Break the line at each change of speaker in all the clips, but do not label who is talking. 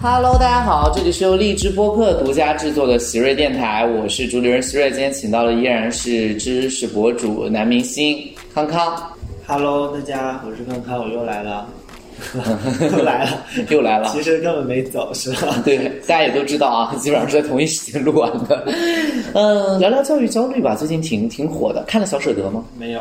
Hello，大家好，这里是由荔枝播客独家制作的喜瑞电台，我是主理人喜瑞。今天请到的依然是知识博主、男明星康康，
Hello，大家，我是康康，我又来了， 又来了，
又来了。
其实根本没走，是吧？
对，大家也都知道啊， 基本上是在同一时间录完的。嗯，聊聊教育焦虑吧，最近挺挺火的。看了小舍得吗？
没有。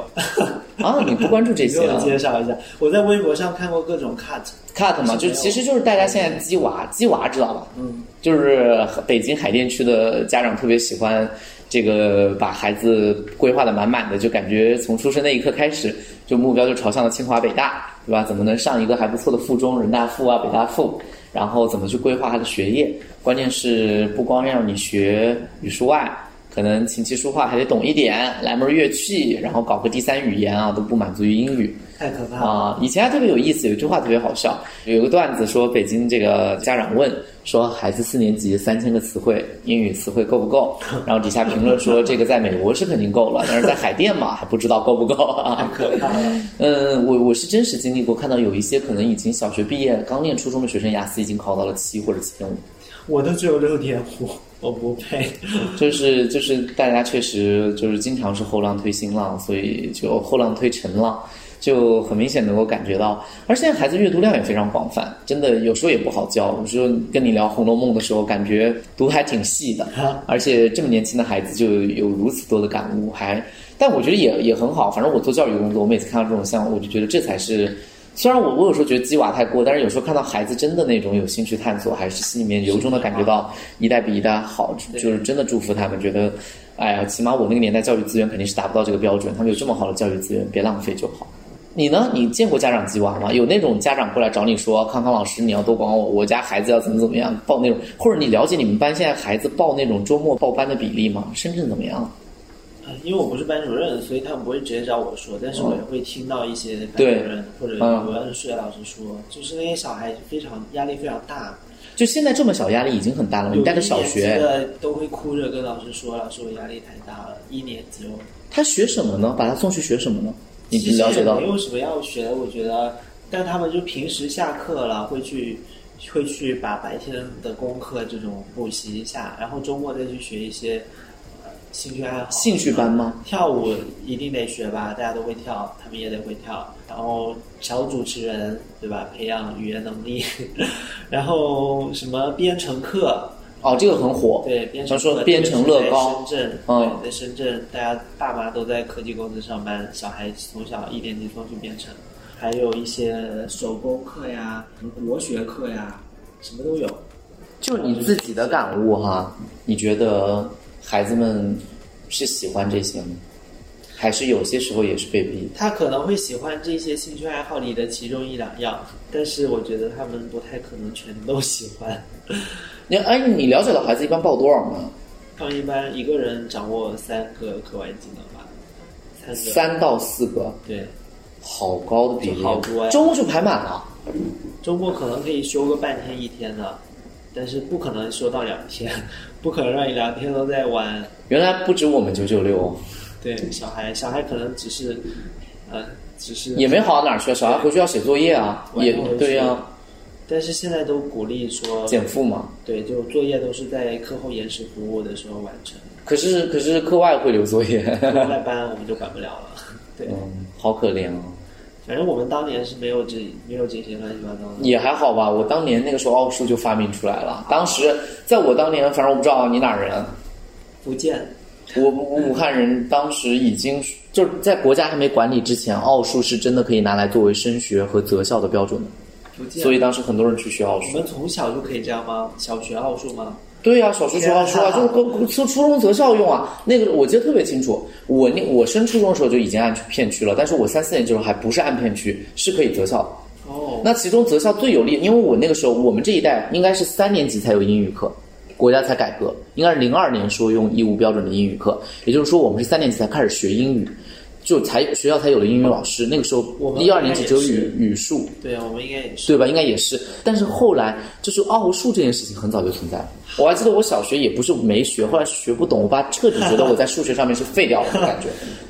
啊，你不关注这
给
些
我
啊
介绍一下，我在微博上看过各种 cut，
？cut 嘛，就
没有
其实就是大家现在鸡娃，鸡娃知道吧？嗯，就是北京海淀区的家长特别喜欢这个，把孩子规划的满满的，就感觉从出生那一刻开始，就目标就朝向了清华北大，对吧？怎么能上一个还不错的附中，人大附啊，北大附？然后怎么去规划他的学业？关键是不光让你学语数外，可能琴棋书画还得懂一点，来门乐器，然后搞个第三语言啊，都不满足于英语。
太可怕了。
啊、以前还特别有意思，有一句话特别好笑，有个段子说北京这个家长问说孩子四年级三千个词汇，英语词汇够不够？然后底下评论说这个在美国是肯定够了，但是在海淀嘛还不知道够不够啊。
可怕了！
嗯，我我是真实经历过，看到有一些可能已经小学毕业刚念初中的学生，雅思已经考到了七或者七点五，
我都只有六点五，我不配。
就是就是大家确实就是经常是后浪推新浪，所以就后浪推沉浪，就很明显能够感觉到。而现在孩子阅读量也非常广泛，真的有时候也不好教。有时候跟你聊《红楼梦》的时候，感觉读还挺细的，而且这么年轻的孩子就有如此多的感悟，还但我觉得也也很好。反正我做教育工作，我每次看到这种项目，我就觉得这才是。虽然我我有时候觉得鸡娃太过，但是有时候看到孩子真的那种有兴趣探索，还是心里面由衷的感觉到一代比一代好，就是真的祝福他们，觉得，哎呀，起码我那个年代教育资源肯定是达不到这个标准，他们有这么好的教育资源，别浪费就好。你呢？你见过家长鸡娃吗？有那种家长过来找你说，康康老师，你要多管我，我家孩子要怎么怎么样报那种，或者你了解你们班现在孩子报那种周末报班的比例吗？深圳怎么样？
因为我不是班主任，所以他们不会直接找我说，但是我也会听到一些班主
对
任或者
嗯
国文数学老师说，就是那些小孩非常压力非常大，
就现在这么小压力已经很大了，
有
啊你
一
带
年
个小
级
学，
的都会哭着跟老师说，老师我压力太大了，一年级我
他学什么呢？把他送去学什么呢？你
其实也
了解到
没有什么要学的，我觉得，但他们就平时下课了会去会去把白天的功课这种补习一下，然后周末再去学一些、呃、兴趣爱好。
兴趣班吗？
跳舞一定得学吧，大家都会跳，他们也得会跳。然后小主持人对吧，培养语言能力， 然后什么编程课，
哦，这个很火。
对，编程
他说
课
编程乐高
在深圳，
嗯
对，在深圳，大家爸妈都在科技公司上班，小孩从小一年级送去编程，还有一些手工课呀，什么国学课呀，什么都有。
就你自己的感悟哈，你觉得孩子们是喜欢这些吗？还是有些时候也是被逼？
他可能会喜欢这些兴趣爱好里的其中一两样，但是我觉得他们不太可能全都喜欢。
你哎，你了解到孩子一般报多少呢？
他们一般一个人掌握三个课外技能吧，三个，
三到四个，
对，
好高的比例，
好多呀
周末就排满了。
周末可能可以休个半天一天的，但是不可能休到两天， 不可能让你两天都在玩。
原来不止我们九九六，哦
对，小孩小孩可能只是，呃，只是
也没好到哪儿去啊。小孩回去要写作业啊，
晚
也
上回去
对呀、
但是现在都鼓励说，
减负嘛。
对，就作业都是在课后延时服务的时候完 成，
可是可是课外会留作 业，
国外班我们就管不了了。对，
嗯，好可怜啊。
反正我们当年是没有这没有这些乱七八糟的。
也还好吧，我当年那个时候奥数就发明出来了。当时在我当年，反正我不知道你哪儿人，
福建
我我武汉人，当时已经就是在国家还没管理之前，奥数是真的可以拿来作为升学和择校的标准的，
福建，
所以当时很多人去学奥
我
数。
们从小就可以这样吗？小学奥数吗？
对呀、小学学奥数啊，就是跟初初中择校用啊。那个我记得特别清楚，我那我升初中的时候就已经按片区了，但是我三四年级的时候还不是按片区，是可以择校的。
哦，
那其中择校最有利，因为我那个时候，我们这一代应该是三年级才有英语课，国家才改革，应该是零二年说用义务标准的英语课，也就是说我们是三年级才开始学英语，就才学校才有了英语老师。那个时候
我们
一二年级只有
应该也
语语
是
数，
对，我们应该也是。
对吧？应该也是，但是后来就是奥数这件事情很早就存在了。我还记得我小学也不是没学，后来学不懂，我爸彻底觉得我在数学上面是废掉了的感觉，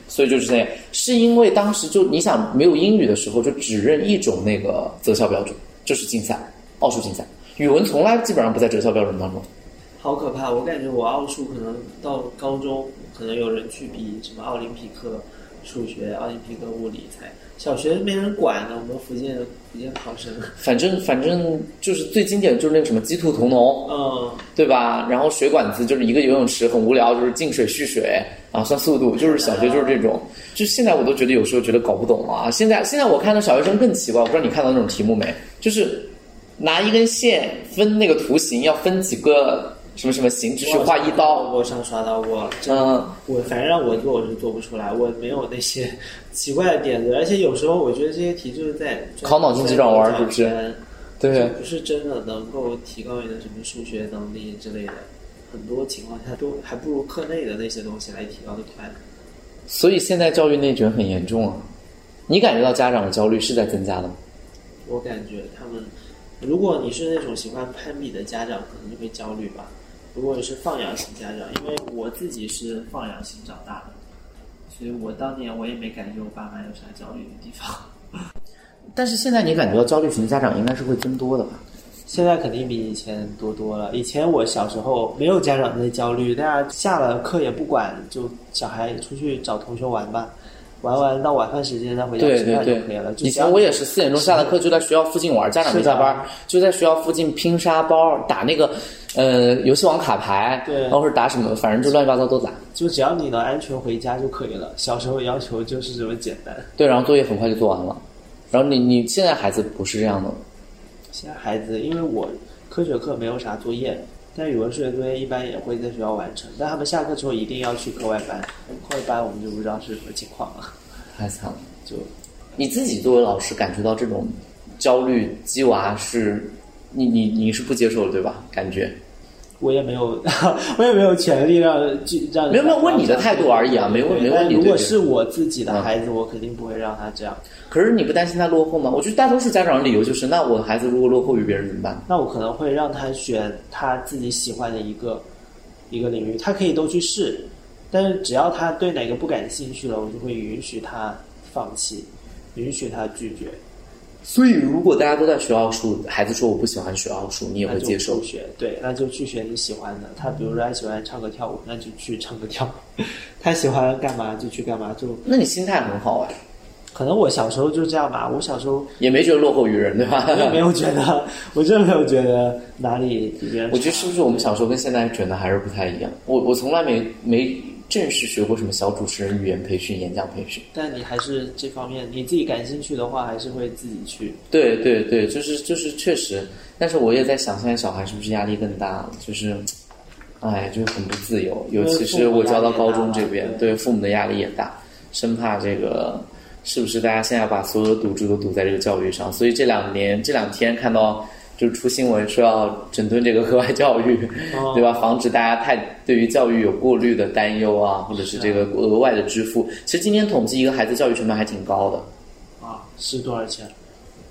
所以就是那样。是因为当时就你想没有英语的时候，就只认一种那个择校标准，就是竞赛，奥数竞赛。语文从来基本上不在择校标准当中。
好可怕！我感觉我奥数可能到高中，可能有人去比什么奥林匹克数学、奥林匹克物理才，小学没人管的。我们福建福建考生，
反正反正就是最经典的就是那个什么鸡兔同笼，
嗯，
对吧？然后水管子就是一个游泳池，很无聊，就是进水蓄水啊，算速度，就是小学就是这种。就现在我都觉得有时候觉得搞不懂了啊。现在现在我看到小学生更奇怪，我不知道你看到那种题目没？就是拿一根线分那个图形，要分几个什么什么形，只许画一刀。
我上刷到过，真的
嗯，
我反正让我做我是做不出来，我没有那些 奇怪的点子，而且有时候我觉得这些题就是在
考脑筋急转弯是不是
是？
对
就。不是真的能够提高你的什么数学能力之类的，很多情况下都还不如课内的那些东西来提高的快。
所以现在教育内卷很严重啊。你感觉到家长的焦虑是在增加的吗？
我感觉他们，如果你是那种喜欢攀比的家长，可能就会焦虑吧。如果你是放养型家长，因为我自己是放养型长大的，所以我当年我也没感觉我爸妈有啥焦虑的地方。
但是现在你感觉到焦虑型家长应该是会增多的吧？
现在肯定比以前多多了。以前我小时候没有家长在焦虑，大家下了课也不管，就小孩出去找同学玩吧，玩完到晚饭时间再回家
对
吃
对
饭就
对
可以了。，就
以前我也是四点钟下了课就在学校附近玩，家长没下班，就在学校附近拼沙包、打那个呃游戏王卡牌，
对
然后是打什么，反正就乱七八糟都打。
就只要你能安全回家就可以了。小时候要求就是这么简单。
对，然后作业很快就做完了。然后你你现在孩子不是这样的，
现在孩子，因为我科学课没有啥作业，但语文、数学作业一般也会在学校完成。但他们下课之后一定要去课外班，课外班我们就不知道是什么情况了。
太惨了。
就
你自己作为老师感觉到这种焦虑鸡娃是，你你你是不接受的对吧？感觉
我也没有， 我也没有权利让去让
没有没有问你的态度而已啊没问
对
没问
但
你
如果
对对
是我自己的孩子，
嗯
我肯定不会让他这样。
可是你不担心他落后吗？我觉得大多数家长的理由就是，那我孩子如果落后于别人怎么办？
那我可能会让他选他自己喜欢的一个一个领域，他可以都去试，但是只要他对哪个不感兴趣了，我就会允许他放弃，允许他拒绝。
所以如果大家都在学奥数，孩子说我不喜欢学奥数，你也
那
会
就
接受
不。学，对，那就去学你喜欢的。他比如说他喜欢唱歌跳舞，那就去唱歌跳舞；他喜欢干嘛就去干嘛。就
那你心态很好哎，
可能我小时候就这样吧，我小 时候
也没觉得落后于人，对吧？
我也没有觉得，我真的没有觉得哪里比别人差。
我觉得是不是我们小时候跟现在卷的还是不太一样？我我从来没没正式学过什么小主持人、语言培训、演讲培训。
但你还是这方面你自己感兴趣的话，还是会自己去。
对对对，就是就是确实，但是我也在想，现在小孩是不是压力更大了？就是，哎，就是很不自由，尤其是我教到高中这边，对父母的压力也大，生怕这个是不是大家现在把所有的赌注都赌在这个教育上？所以这两年这两天看到。就是出新闻说要整顿这个课外教育，
哦
对吧？防止大家太对于教育有过滤的担忧啊，或者是这个额外的支付。其实今天统计一个孩子教育成本还挺高的，
啊，是多少钱？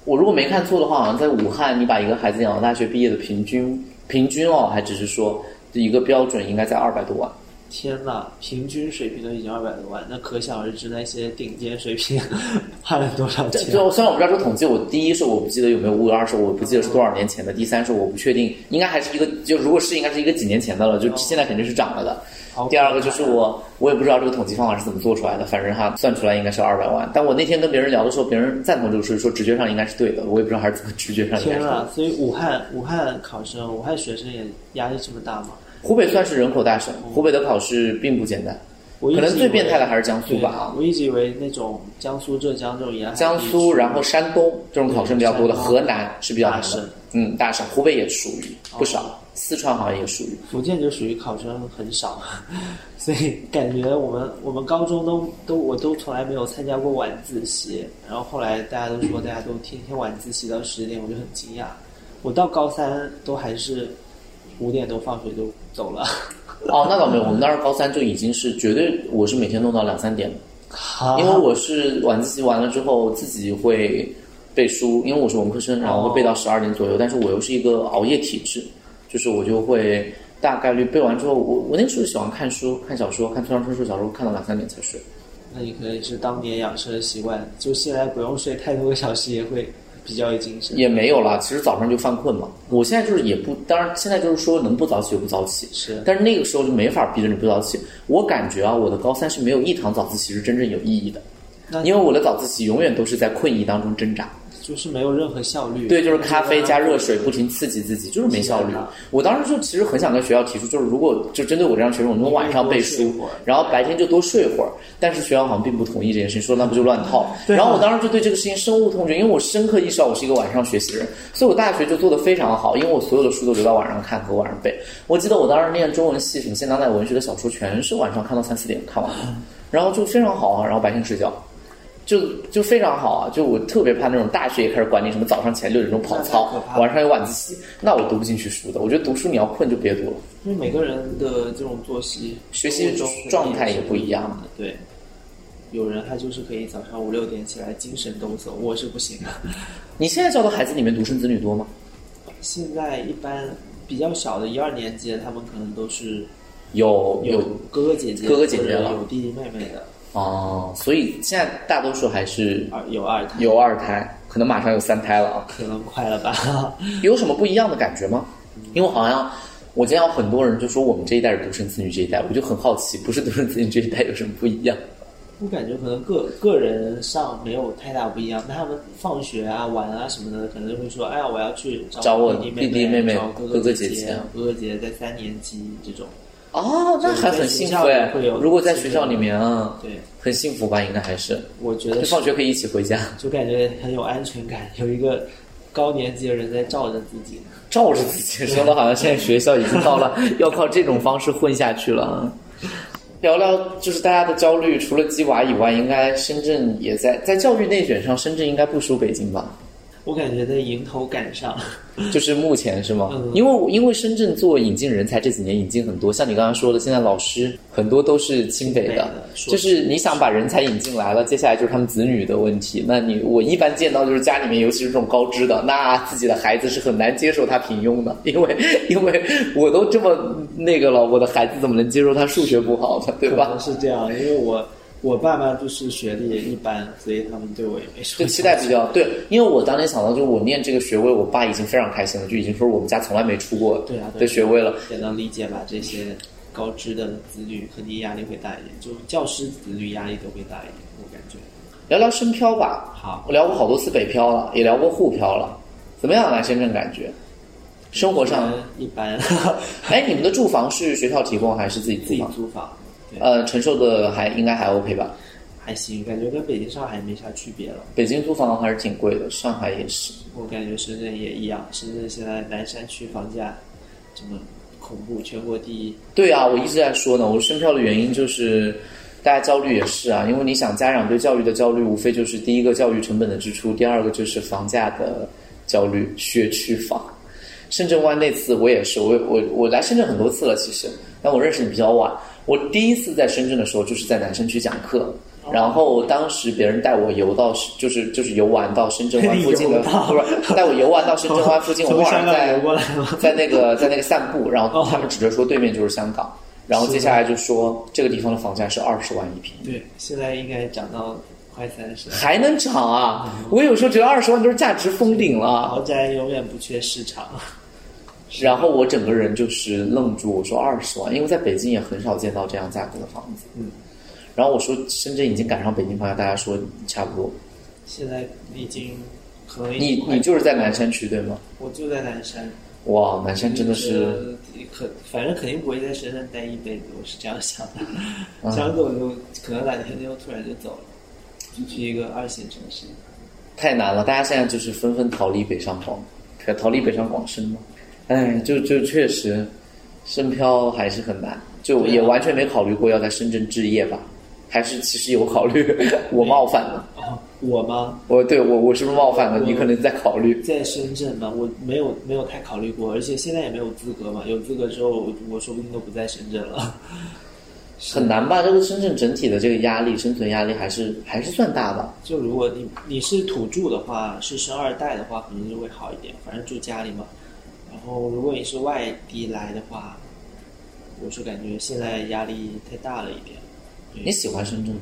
我如果没看错的话，好像在武汉，你把一个孩子养到大学毕业的平均平均哦，还只是说一个标准应该在二百多万。
天呐，平均水平都已经二百多万，那可想而知那些顶尖水平 花了多少
这
钱。
就虽然我不知道这个统计，我第一是我不记得有没有误，二是我不记得是多少年前的，第三是我不确定，应该还是一个就如果是应该是一个几年前的了，就现在肯定是涨了的。
好
第二个就是我我也不知道这个统计方法是怎么做出来的，反正它算出来应该是二百万。但我那天跟别人聊的时候，别人赞同这个数据，说直觉上应该是对的，我也不知道还是怎么直觉上应该是
天啊
对的。
呐，所以武汉武汉考生、武汉学生也压力这么大吗？
湖北算是人口大省，湖北的考试并不简单。
我一直
可能最
以为
变态的还是江苏吧啊
对我一直以为那种江苏、浙江这种沿海地区，
江苏，然后山东这种考生比较多的，
山东
河南是比较难
大
的
省。哦
嗯，大省，湖北也属于不少，四川好像也属于。
福建就属于考生很少， 所以感觉我们我们高中都都我都从来没有参加过晚自习，然后后来大家都说大家都天天晚自习到十点，我就很惊讶，我到高三都还是五点多放学就走了，
哦，那倒没有，我们那儿高三就已经是绝对，我是每天弄到两三点的，
啊
因为我是晚自习完了之后自己会背书，因为我是文科生，然后会背
哦
到十二点左右，但是我又是一个熬夜体质，就是我就会大概率背完之后，我我那个时候喜欢看书、看小说、看村上春树小说，看到两三点才睡。
那你可以是当年养成的习惯，就现在不用睡太多个小时也会比比较有精神。
也没有啦，其实早上就犯困嘛。我现在就是也不，当然现在就是说能不早起就不早起，
是
但是那个时候就没法逼着你不早起。我感觉啊，我的高三是没有一堂早自习是真正有意义的，
那
因为我的早自习永远都是在困意当中挣扎。
就是没有任何效率。
对，就是咖啡加热水，不停刺激自己，就是没效率
是的。
我当时就其实很想跟学校提出，就是如果就针对我这样学生，我们晚上背
你
书
可以多睡一会儿，
然后白天就多睡会儿。但是学校好像并不同意这件事情，说那不就乱套。
对啊
然后我当时就对这个事情深恶痛绝，因为我深刻意识到我是一个晚上学习的人，所以我大学就做得非常好，因为我所有的书都留到晚上看和晚上背。我记得我当时念中文系什么现当代文学的小说，全是晚上看到三四点看完的，然后就非常好啊，然后白天睡觉。就就非常好啊！就我特别怕那种大学也开始管你什么早上起来六点钟跑操
那太可怕，了
晚上有晚自习，那我读不进去书的。我觉得读书你要困就别读了，
因为每个人的这种作息、
学习
中
状态也不一样
的。对，有人他就是可以早上五六点起来精神抖擞，我是不行的。
你现在教的孩子里面独生子女多吗？
现在一般比较小的一二年级的，他们可能都是
有
有哥哥姐姐、
哥哥姐姐
或者
了
有弟弟妹妹的，
哦，所以现在大多数还是
二有二胎，
有二胎，可能马上有三胎了啊。
可能快了吧？
有什么不一样的感觉吗？因为好像我见到很多人就说我们这一代是独生子女这一代，我就很好奇，不是独生子女这一代有什么不一样？
我感觉可能个个人上没有太大不一样，但他们放学啊、玩啊什么的，可能就会说：“哎呀，我要去
找我
弟
弟弟妹妹
找哥
哥哥
姐
姐啊姐
哥哥姐姐在三年级这种。
哦，那还很幸福哎
就是在学校里会！有
如果在学校里面啊”，
对，
很幸福吧？应该还是，
我觉
就
得是
放学可以一起回家，
就感觉很有安全感，有一个高年级的人在照着自己。
照着自己说的，好像现在学校已经到 了要靠这种方式混下去了啊。聊聊就是大家的焦虑，除了鸡娃以外，应该深圳也在在教育内卷上，深圳应该不输北京吧？
我感觉在迎头赶上，
就是目前是吗
嗯？
因为因为深圳做引进人才这几年引进很多，像你刚刚说的，现在老师很多都是清北
清
的
北的，
就
硕
是你想把人才引进来了，接下来就是他们子女的问题。那你我一般见到就是家里面，尤其是这种高知的，那自己的孩子是很难接受他平庸的，因为因为我都这么那个了，我的孩子怎么能接受他数学不好的，对
可
吧
能？是这样，因为我我爸妈就是学历也一般，所以他们对我也没什
就
么
期待比较对，因为我当年想到，就是我念这个学位，我爸已经非常开心了，就已经说我们家从来没出过
对啊对啊
的学位了。
也能理解吧，这些高知的子女肯定压力会大一点，就教师子女压力都会大一点，我感觉。
聊聊深漂吧。
好
我聊过好多次北漂了，也聊过沪漂了，怎么样来深圳感觉？生活上，
一般，
哎，你们的住房是学校提供还是自己
嗯自
租
己
房？
租房，对，
呃，承受的还应该还 OK 吧？
还行，感觉跟北京、上海没啥区别了。
北京租房还是挺贵的，上海也是。
我感觉深圳也一样，深圳现在南山区房价这么恐怖，全国第一。
对啊，我一直在说呢，我深漂的原因就是。大家焦虑也是啊，因为你想，家长对教育的焦虑，无非就是第一个教育成本的支出，第二个就是房价的焦虑，学区房。深圳湾那次我也是，我我我来深圳很多次了，其实，但我认识你比较晚。我第一次在深圳的时候，就是在南山区讲课，
哦
然后当时别人带我游到，就是就是游玩到深圳湾附近的，
游到
不是带我游玩到深圳湾附 近，我
从
忘了
香港
在
游过来 吗
在那个在那个散步，然后他们指着说对面就是香港，然后接下来就说这个地方的房价是二十万一平，
对， 现在应该涨到快三 十。
还能涨啊！我有时候觉得二十万都是价值封顶了。
豪宅永远不缺市场，
然后我整个人就是愣住，我说二十万，因为在北京也很少见到这样价格的房子。
嗯，
然后我说深圳已经赶上北京房价，大家说差不多。
现在已经可能已
你
经快
你就是在南山区对吗？
我就在南山，
哇，南山真的是，
可，反正肯定不会在深圳待一辈子，我是这样想的。
嗯
想走就可能哪天就突然就走了，就去一个二线城市。
太难了，大家现在就是纷纷逃离北上广，可逃离北上广深吗？哎，就就确实，深漂还是很
啊
难，就也完全没考虑过要在深圳置业吧，还是其实有考虑， 我冒犯了，
哦，我吗？
我对我我是不是冒犯了？你可能在考虑，
在深圳嘛，我没有没有太考虑过，而且现在也没有资格嘛。有资格之后，我我说不定都不在深圳了。
很难吧？这个深圳整体的这个压力，生存压力还是还是算大吧。
就如果你你是土著的话，是生二代的话，可能就会好一点，反正住家里嘛。然后如果你是外地来的话，我是感觉现在压力太大了一点。对
你喜欢深圳吗？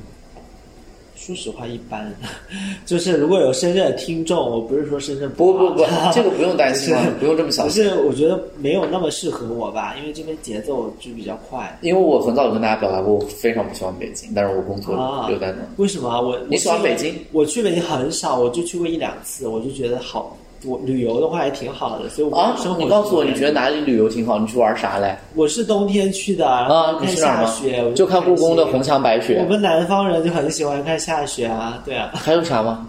说实话，一般。 就是如果有深圳的听众，我不是说深圳
不
好
不不，这个不用担心了
啊
啊
就是，
不用这么小
不
心，
是，我觉得没有那么适合我吧，因为这边节奏就比较快。
因为我很早就跟大家表达过，我非常不喜欢北京，但是我工作
啊
留在那。
为什么啊？我
你喜欢北京？
我去北京很少，我就去过一两次，我就觉得好。我旅游的话也挺好的，所以我
啊
生活、，
你告诉我你觉得？哪里旅游挺好？你去玩啥嘞？
我是冬天去的，然
啊
后，
你
看
去哪儿
下雪，我
吗？就看故宫的
开心
红墙白雪
我，们南方人就很喜欢看下雪啊，对啊，
还有啥吗？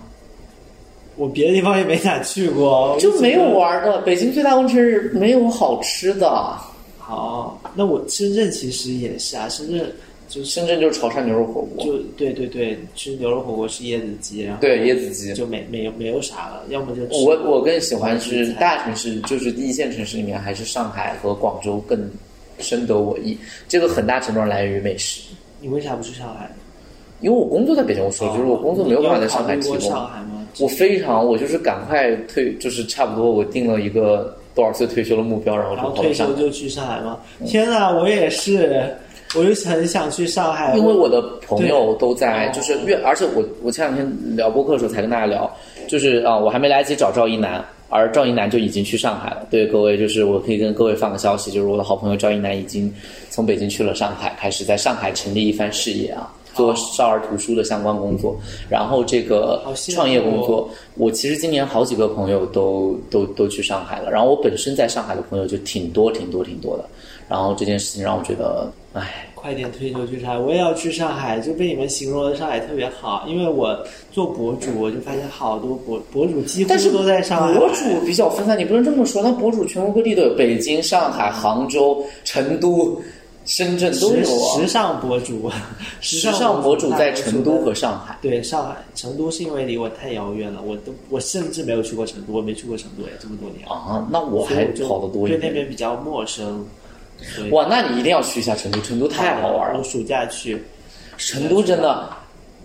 我别的地方也没咋去过，我
就
觉得
没有。玩的。北京最大问题是没有好吃的，
好，那我深圳其实也是啊，深圳就是
深圳就是潮汕牛肉火锅，
就对对对，吃牛肉火锅吃椰子鸡，然后
对椰子鸡。
就没没有没有啥了，要么就吃
我我更喜欢是
嗯
大城市，就是一线城市里面，还是上海和广州更深得我意。这个很大程度上来源于美食，
你为啥不去上海？
因为我工作在北京，我说就是我工作没有办法在上海
你
提
有考虑过
供。
上海吗？
我非常，我就是赶快退，就是差不多我定了一个多少岁退休的目标，然后
然
就
后
跑到
退
上
休
海。
就去上海吗？
嗯
天呐，我也是，我就很想去上海，
因为我的朋友都在，
对哦
就是越，而且我我前两天聊播客的时候才跟大家聊，就是啊、我还没来得及找赵一楠，而赵一楠就已经去上海了。对各位，就是我可以跟各位放个消息，就是我的好朋友赵一楠已经从北京去了上海，开始在上海成立一番事业啊，
哦
做少儿图书的相关工作，然后这个
好羡慕
创业工作。我其实今年好几个朋友都都都去上海了，然后我本身在上海的朋友就挺多挺多挺多的，然后这件事情让我觉得，唉。
快点退休去上海，我也要去上海，就被你们形容的上海特别好，因为我做博主，我就发现好多博博主几乎
但是
都在上海。
博主比较分散，你不能这么说。那博主全国各地都有，北京、上海、杭州、成都、深圳都
时
有啊
时。尚博主，时
时尚博主在成都和
上
上海，
对上海，成都是因为离我太遥远了，我都我甚至没有去过成都，我没去过成都哎，这么多年，
啊，那我
所以
还
我就
跑得多一
对那
点。
边比较陌生。所以
哇，那你一定要去一下成都，成都太好玩了
我，暑假去，
成都真的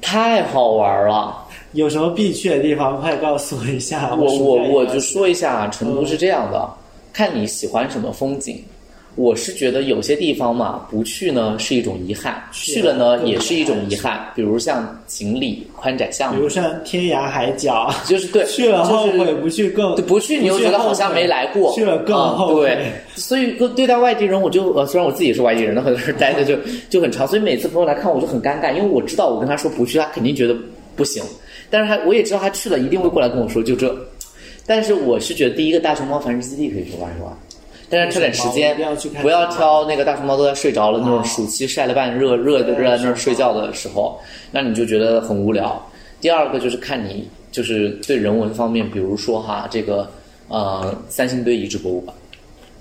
太好玩了。
有什么必去的地方，快告诉我一下。
我
暑
我
假也嗯
我
要
就说一下，成都是这样的，看你喜欢什么风景。我是觉得有些地方嘛，不去呢是一种遗憾，
是
去了呢
对
也是一种遗憾。比如像锦里、宽窄巷
比
子，
如像天涯海角，
就是对
去了后
就是
悔，不去更
对不去你又觉得好像没来过，
去了更后悔。
啊对，所以跟对待外地人，我就呃，虽然我自己也是外地人，但可能是待的就就很长，所以每次朋友来看我就很尴尬，因为我知道我跟他说不去，他肯定觉得不行，但是他我也知道他去了一定会过来跟我说就这，但是我是觉得第一个大熊猫繁殖基地可以去玩一玩。但是挑点时间
大熊猫一定要去看，
不要挑那个大熊猫都在睡着了那种暑期晒了半热热的热在那儿睡觉的时候，那你就觉得很无聊。第二个就是看你就是对人文方面，比如说哈这个呃三星堆遗址博物馆，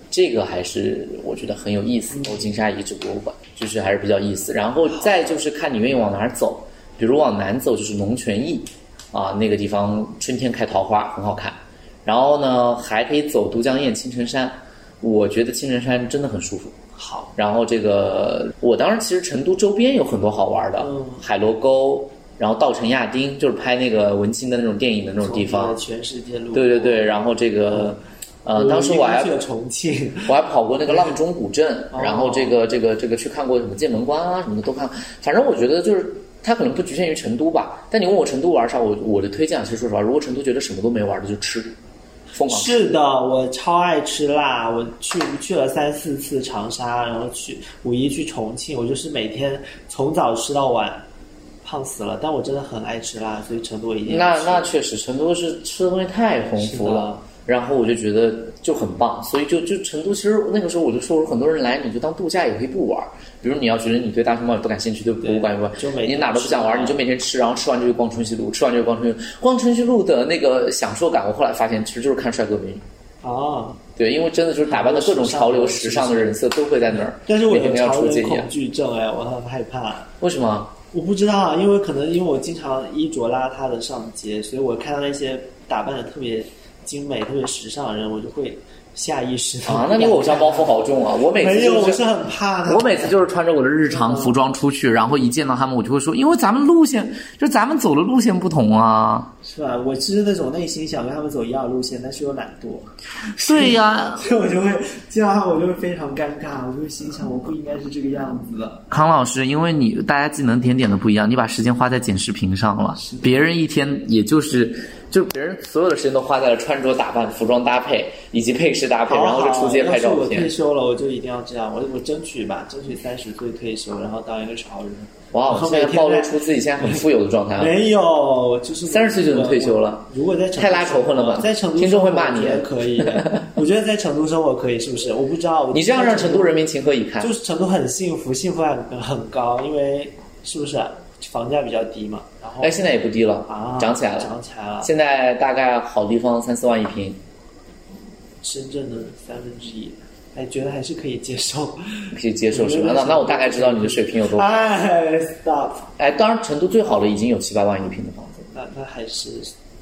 这个还是我觉得很有意思。旧金山遗址博物馆就是还是比较意思。然后再就是看你愿意往哪儿走，比如往南走就是龙泉驿啊，那个地方春天开桃花很好看。然后呢，还可以走都江堰、青城山，我觉得青城山真的很舒服。
好，
然后这个，我当时其实成都周边有很多好玩的，
嗯
海螺沟，然后稻城亚丁，就是拍那个文青的那种电影的那种地方。
全世界路。
对对，对，然后这个，呃，当时我还
去了重庆，
我还跑过那个浪中古镇，
哦
然后这个这个这个去看过什么剑门关啊，什么的都看。反正我觉得就是它可能不局限于成都吧。但你问我成都玩啥，我我的推荐啊其实说实话，如果成都觉得什么都没玩的，就吃，疯狂吃。
是的，我超爱吃辣，我去去了三四次长沙，然后去五一去重庆，我就是每天从早吃到晚，胖死了。但我真的很爱吃辣，所以成都我一定要
那
去
那确实，成都是吃的东西太丰富
是
了
的，
然后我就觉得就很棒，所以就就成都，其实那个时候我就说，我说很多人来你就当度假也可以不玩儿，比如你要觉得你对大熊猫也不感兴趣，对博物馆也不
就每天
你哪都不想玩儿，
吃啊
你就每天吃，然后吃完就去逛春熙路，吃完就去逛春熙路，逛春熙路的那个享受感，我后来发现其实就是看帅哥美女。
哦。
对，因为真的就是打扮的各种潮流、时尚的人设都会在那儿，
但是我
每
有
天都要
潮
出街
人
一样
恐。惧症哎，我很害怕。
为什么？
我不知道啊，因为可能因为我经常衣着邋遢的上街，所以我看到那些打扮的特别精美、特别时尚的人，我就会下意识的
啊，那你偶像包袱好重啊！我每次
没
就
有，我
是
是很怕的。
我每次就是穿着我的日常服装出去，然后一见到他们，我就会说，因为咱们路线就咱们走的路线不同啊。
是吧？我是那种内心想跟他们走一样的路线，但是又懒惰，
对呀、
所以我就会见到他，我就会非常尴尬，我就心想我不应该是这个样子 的。
康老师，因为你大家技能点点的不一样，你把时间花在剪视频上了，别人一天也就是就别人所有的时间都花在了穿着打扮、服装搭配以及配饰搭配，然后就出街拍照
啊要是我退
片。
休了，我就一定要这样，我我争取吧，争取三十岁退休，然后当一个潮人。
哇，
我
现在
每天
暴露
在哎
出自己现在很富有的状态啊！
没有，就是
30岁就能退休了。
如果在成都
太拉仇恨了吧
在成都
听众会骂你
生活我觉得可以的， 我觉得在成都生活可以，是不是？我不知道。
你这样让成都人民情何以堪
就？是成都很幸福，幸福感很高，因为是不是啊房价比较低嘛？然后
哎，现在也不低了
啊，，
涨起来了。
涨起来了。
现在大概好地方三四万一平，
深圳的三分之一，哎，觉得还是可以接受。
可以接受是吧？那那我大概知道你的水平有多。
哎，stop，
哎，当然成都最好的已经有七八万一平的房子，
那那还是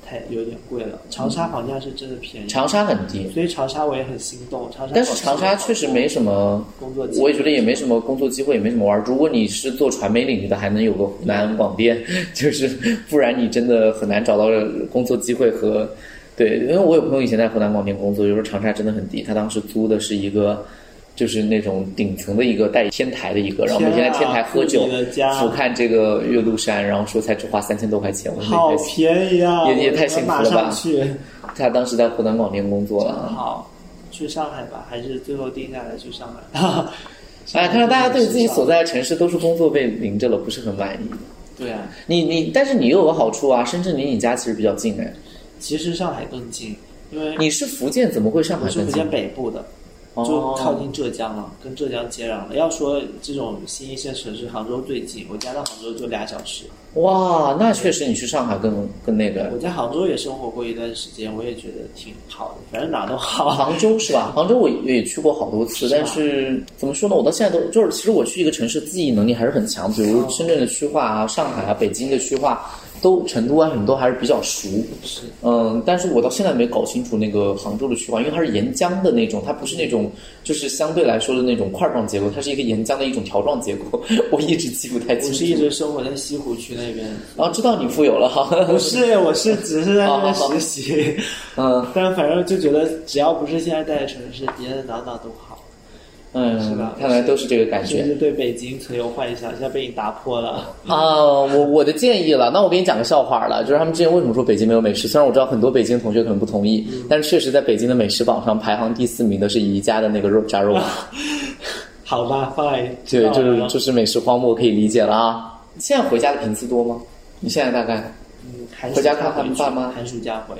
太有点贵了。长沙房价是真的便宜，
长沙很低，
所以长沙我也很心动。长沙，
但是长沙确实没什么
工作机会
我也觉得也没什么工作机会，也没什么玩儿。如果你是做传媒领域的，还能有个湖南广电， 就是不然你真的很难找到工作机会和对。因为我有朋友以前在湖南广电工作，就说长沙真的很低，他当时租的是一个。就是那种顶层的一个带天台的一个，然后每天在天台喝酒
天啊自己的，家
俯瞰这个岳麓山，然后说才只花三千多块钱，我说
好
那个
便宜啊！
也也
我
太幸福了吧
马上去，
他当时在湖南广电工作了，
好，去上海吧，还是最后定下来去上海。
哎，看来大家对自己所在的城市都是工作被凌着了，不是很满意。
对啊，
你你，但是你有个好处啊，深圳离你家其实比较近哎。
其实上海更近，因为
你是福建，怎么会上海
我是
更
福
近
建？北部的，
哦
就靠近浙江了，跟浙江接壤了。要说这种新一线城市，杭州最近，我家到杭州就俩小时。
哇，那确实你去上海更更那个
我。在杭州也生活过一段时间，我也觉得挺好的，反正哪都好。
杭州是吧？杭州我也去过好多次，
是吧
但是怎么说呢？我到现在都就是，其实我去一个城市记忆能力还是很强，比如深圳的区划啊、上海啊、北京的区划，都成都啊什么都还是比较熟。
是
嗯，但是我到现在没搞清楚那个杭州的区划，因为它是沿江的那种，它不是那种就是相对来说的那种块状结构，它是一个沿江的一种条状结构， 我一直记不太清
我
楚
是。一直生活在西湖区那边，
然后知道你富有了哈，
不是，我是只是在那边实习，
嗯
哦 但反正就觉得只要不是现在在的城市，别的哪哪都好。
嗯，
是吧
看来都是这个感
甚
觉
至对北京曾有幻想，现在被你打破 了。
啊。我我的建议了，那我给你讲个笑话了，就是他们之前为什么说北京没有美食？虽然我知道很多北京同学可能不同意，
嗯
但是确实在北京的美食榜上排行第四名的是宜家的那个肉夹 肉。
好吧，fine，
对，
知道
就是
了
就是美食荒漠可以理解了啊。你现在回家的频次多吗？你现在大概
嗯，寒
回
暑
家
假
看看
回去
爸妈
寒暑假回。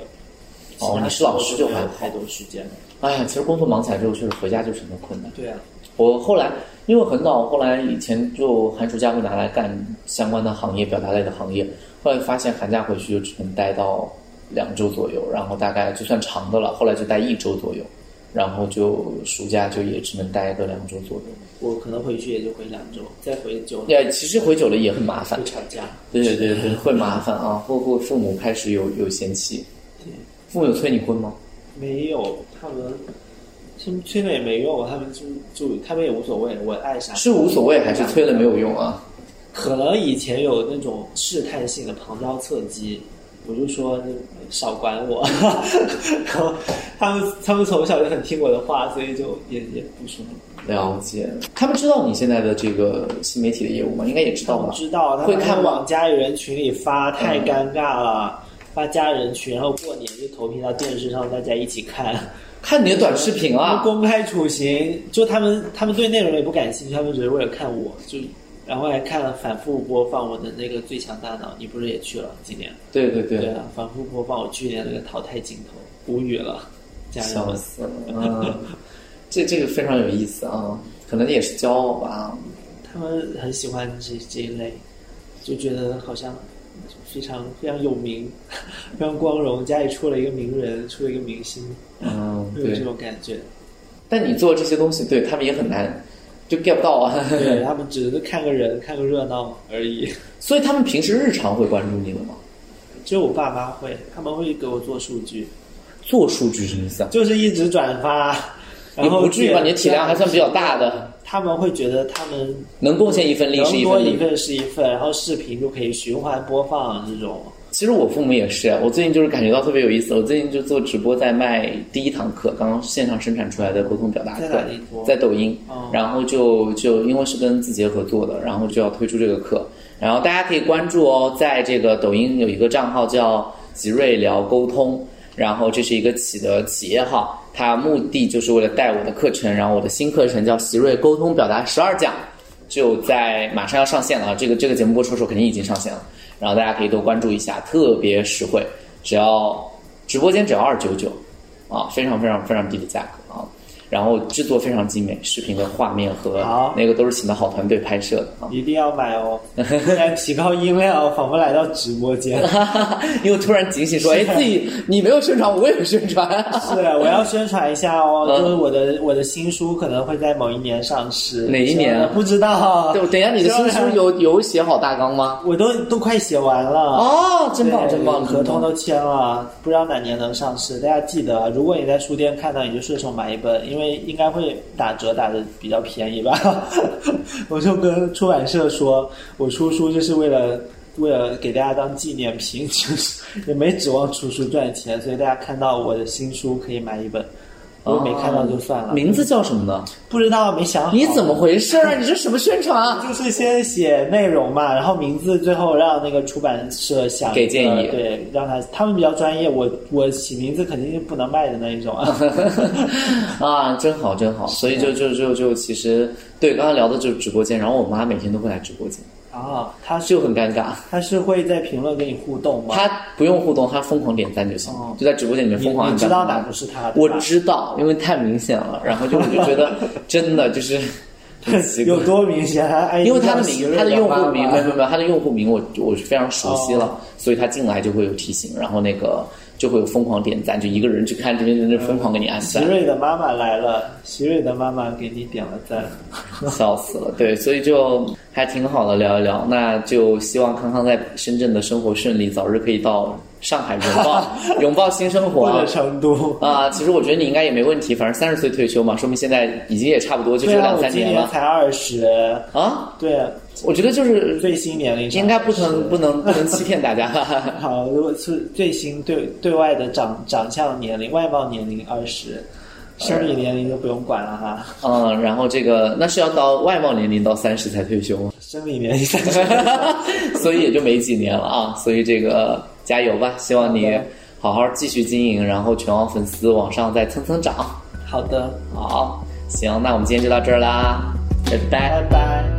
哦你是老师就
没
还
有
好
太多时间了。
哎呀，其实工作忙起来之后，确实回家就是很困难。
对啊，
我后来因为很早，后来以前就寒暑假会拿来干相关的行业，表达类的行业。后来发现寒假回去就只能待到两周左右，然后大概就算长的了，后来就待一周左右，然后就暑假就也只能待个两周左右。
我可能回去也就回两周，再回就
也其实回久了也很麻烦
会，吵架。
对对对对，会麻烦啊，会会父母开始有有嫌弃，父母有催你婚吗？
没有，他们他们催了也没用，他们就就他们也无所谓，我爱啥
是无所谓还是催了没有用啊？
可能以前有那种试探性的旁敲侧击，我就说少管 我，然后他们他们从小就很听我的话，所以就也也不说。
了解，他们知道你现在的这个新媒体的业务吗？应该也知道
我
吧？
知道，他
会
把
看
它
吗
往家里人群里发，太尴尬了。发家人群，然后过年就投屏到电视上，大家一起看。
看你的短视频
他们
啊，
公开处刑，就他们他们对内容也不感兴趣，他们只是为了看我，就然后还看了反复播放我的那个《最强大脑》，你不是也去了今年？
对对对，
对啊，反复播放我去年那个淘汰镜头，无语了，家人
笑
们。
死了，嗯，这这个非常有意思啊，可能也是骄傲吧。
他们很喜欢这这一类，就觉得好像非常非常有名， 非常光荣，家里出了一个名人，出了一个明星，
嗯，
会有这
对，
种感觉。
但你做这些东西，对他们也很难，就 get 不到啊。
对他们只是看个人，看个热闹而已。
所以他们平时日常会关注你的吗？
只有我爸妈会，他们会给我做数据，
做数据什么意思啊？
就是一直 转发，
也
然后
不至于吧？你的体量还算比较大的，
他们会觉得他们
能贡献一份力是
能
一
多
份
一
力。
份是一份，然后视频就可以循环播放这种。
其实我父母也是，我最近就是感觉到特别有意思。我最近就做直播，在卖第一堂课，刚刚线上生产出来的沟通表达
在
课
哪里播，
在抖音
哦。
然后就就因为是跟字节合作的，然后就要推出这个课。然后大家可以关注哦，在这个抖音有一个账号叫吉瑞聊沟通，然后这是一个企的企业号，它目的就是为了带我的课程，然后我的新课程叫吉瑞沟通表达十二讲。就在马上要上线了啊！这个这个节目播出的时候肯定已经上线了，然后大家可以多关注一下，特别实惠，只要直播间只要二九九，啊，非常非常非常低的价格啊，然后制作非常精美，视频的画面和
好
那个都是请的好团队拍摄的啊。
一定要买哦！现在提高音量， 仿佛来到直播间。
又突然警醒说：“哎，自己你没有宣传，我有宣传。啊
是， 我要宣传一下哦，
嗯
就是我的我的新书可能会在某一年上市。
哪一年啊
希望不知道。
对，等一下，你的新书有有写好大纲吗？
我都都快写完了。
哦，真棒，
啊对
真棒，
合同
的。
都签了，不知道哪年能上市。大家记得，啊如果你在书店看到，你就顺手买一本，因为应该会打折，打的比较便宜吧。 我就跟出版社说，我出书就是为了为了给大家当纪念品， 就是也没指望出书赚钱，所以大家看到我的新书可以买一本。如果没看到就算了，
名字叫什么呢？
不知道没想好。
哦你怎么回事啊？你这什么宣传啊？
就是先写内容嘛，然后名字最后让那个出版社想
给建议
对，让他他们比较专业，我我起名字肯定是不能卖的那 一种啊。
啊，真好，真好。所以就就就就，其实对刚刚聊的就是直播间，然后我妈每天都会来直播间，
啊，他是
就很尴尬。
他是会在评论跟你互动吗？
她不用互动，她疯狂点赞就行，
哦
就在直播间里面
你
啊疯狂
你
按
知
赞。
道哪不是他的吧？
我知道，因为太明显了。然后就我就觉得真的 就是很奇怪
有。多明显？他哎，
因为他的
你知
名，
道喜
他的
瑞
用
妈
户
妈
名，没有没有没有，他的用户名我我是非常熟悉
哦
了，所以他进来就会有提醒，然后那个就会有疯狂点赞，就一个人去看这边在那疯狂给你按
喜
赞。
瑞的妈妈来了，喜瑞的妈妈给你点了赞。
笑死了，对，所以就还挺好的聊一聊。那就希望康康在深圳的生活顺利，早日可以到上海拥 抱拥抱新生活
或
啊
者。成都，
啊，其实我觉得你应该也没问题，反正三十岁退休嘛，说明现在已经也差不多 就是
对啊，
两
我
三
今
年
年
了
才二十，
啊。
对啊，
我觉得就是
最新年龄上
应该不
是
能不能不能欺骗大家。
好，如果是最新对对外的长长相年龄、外貌年龄二十，生理年龄就不用管了哈，
嗯，然后这个那是要到外貌年龄到三十才退休吗？
生理年龄三十。
所以也就没几年了啊。所以这个加油吧，希望你好好继续经营，然后全网粉丝往上再蹭蹭涨。
好的，
好，行，那我们今天就到这儿啦，拜拜
拜拜。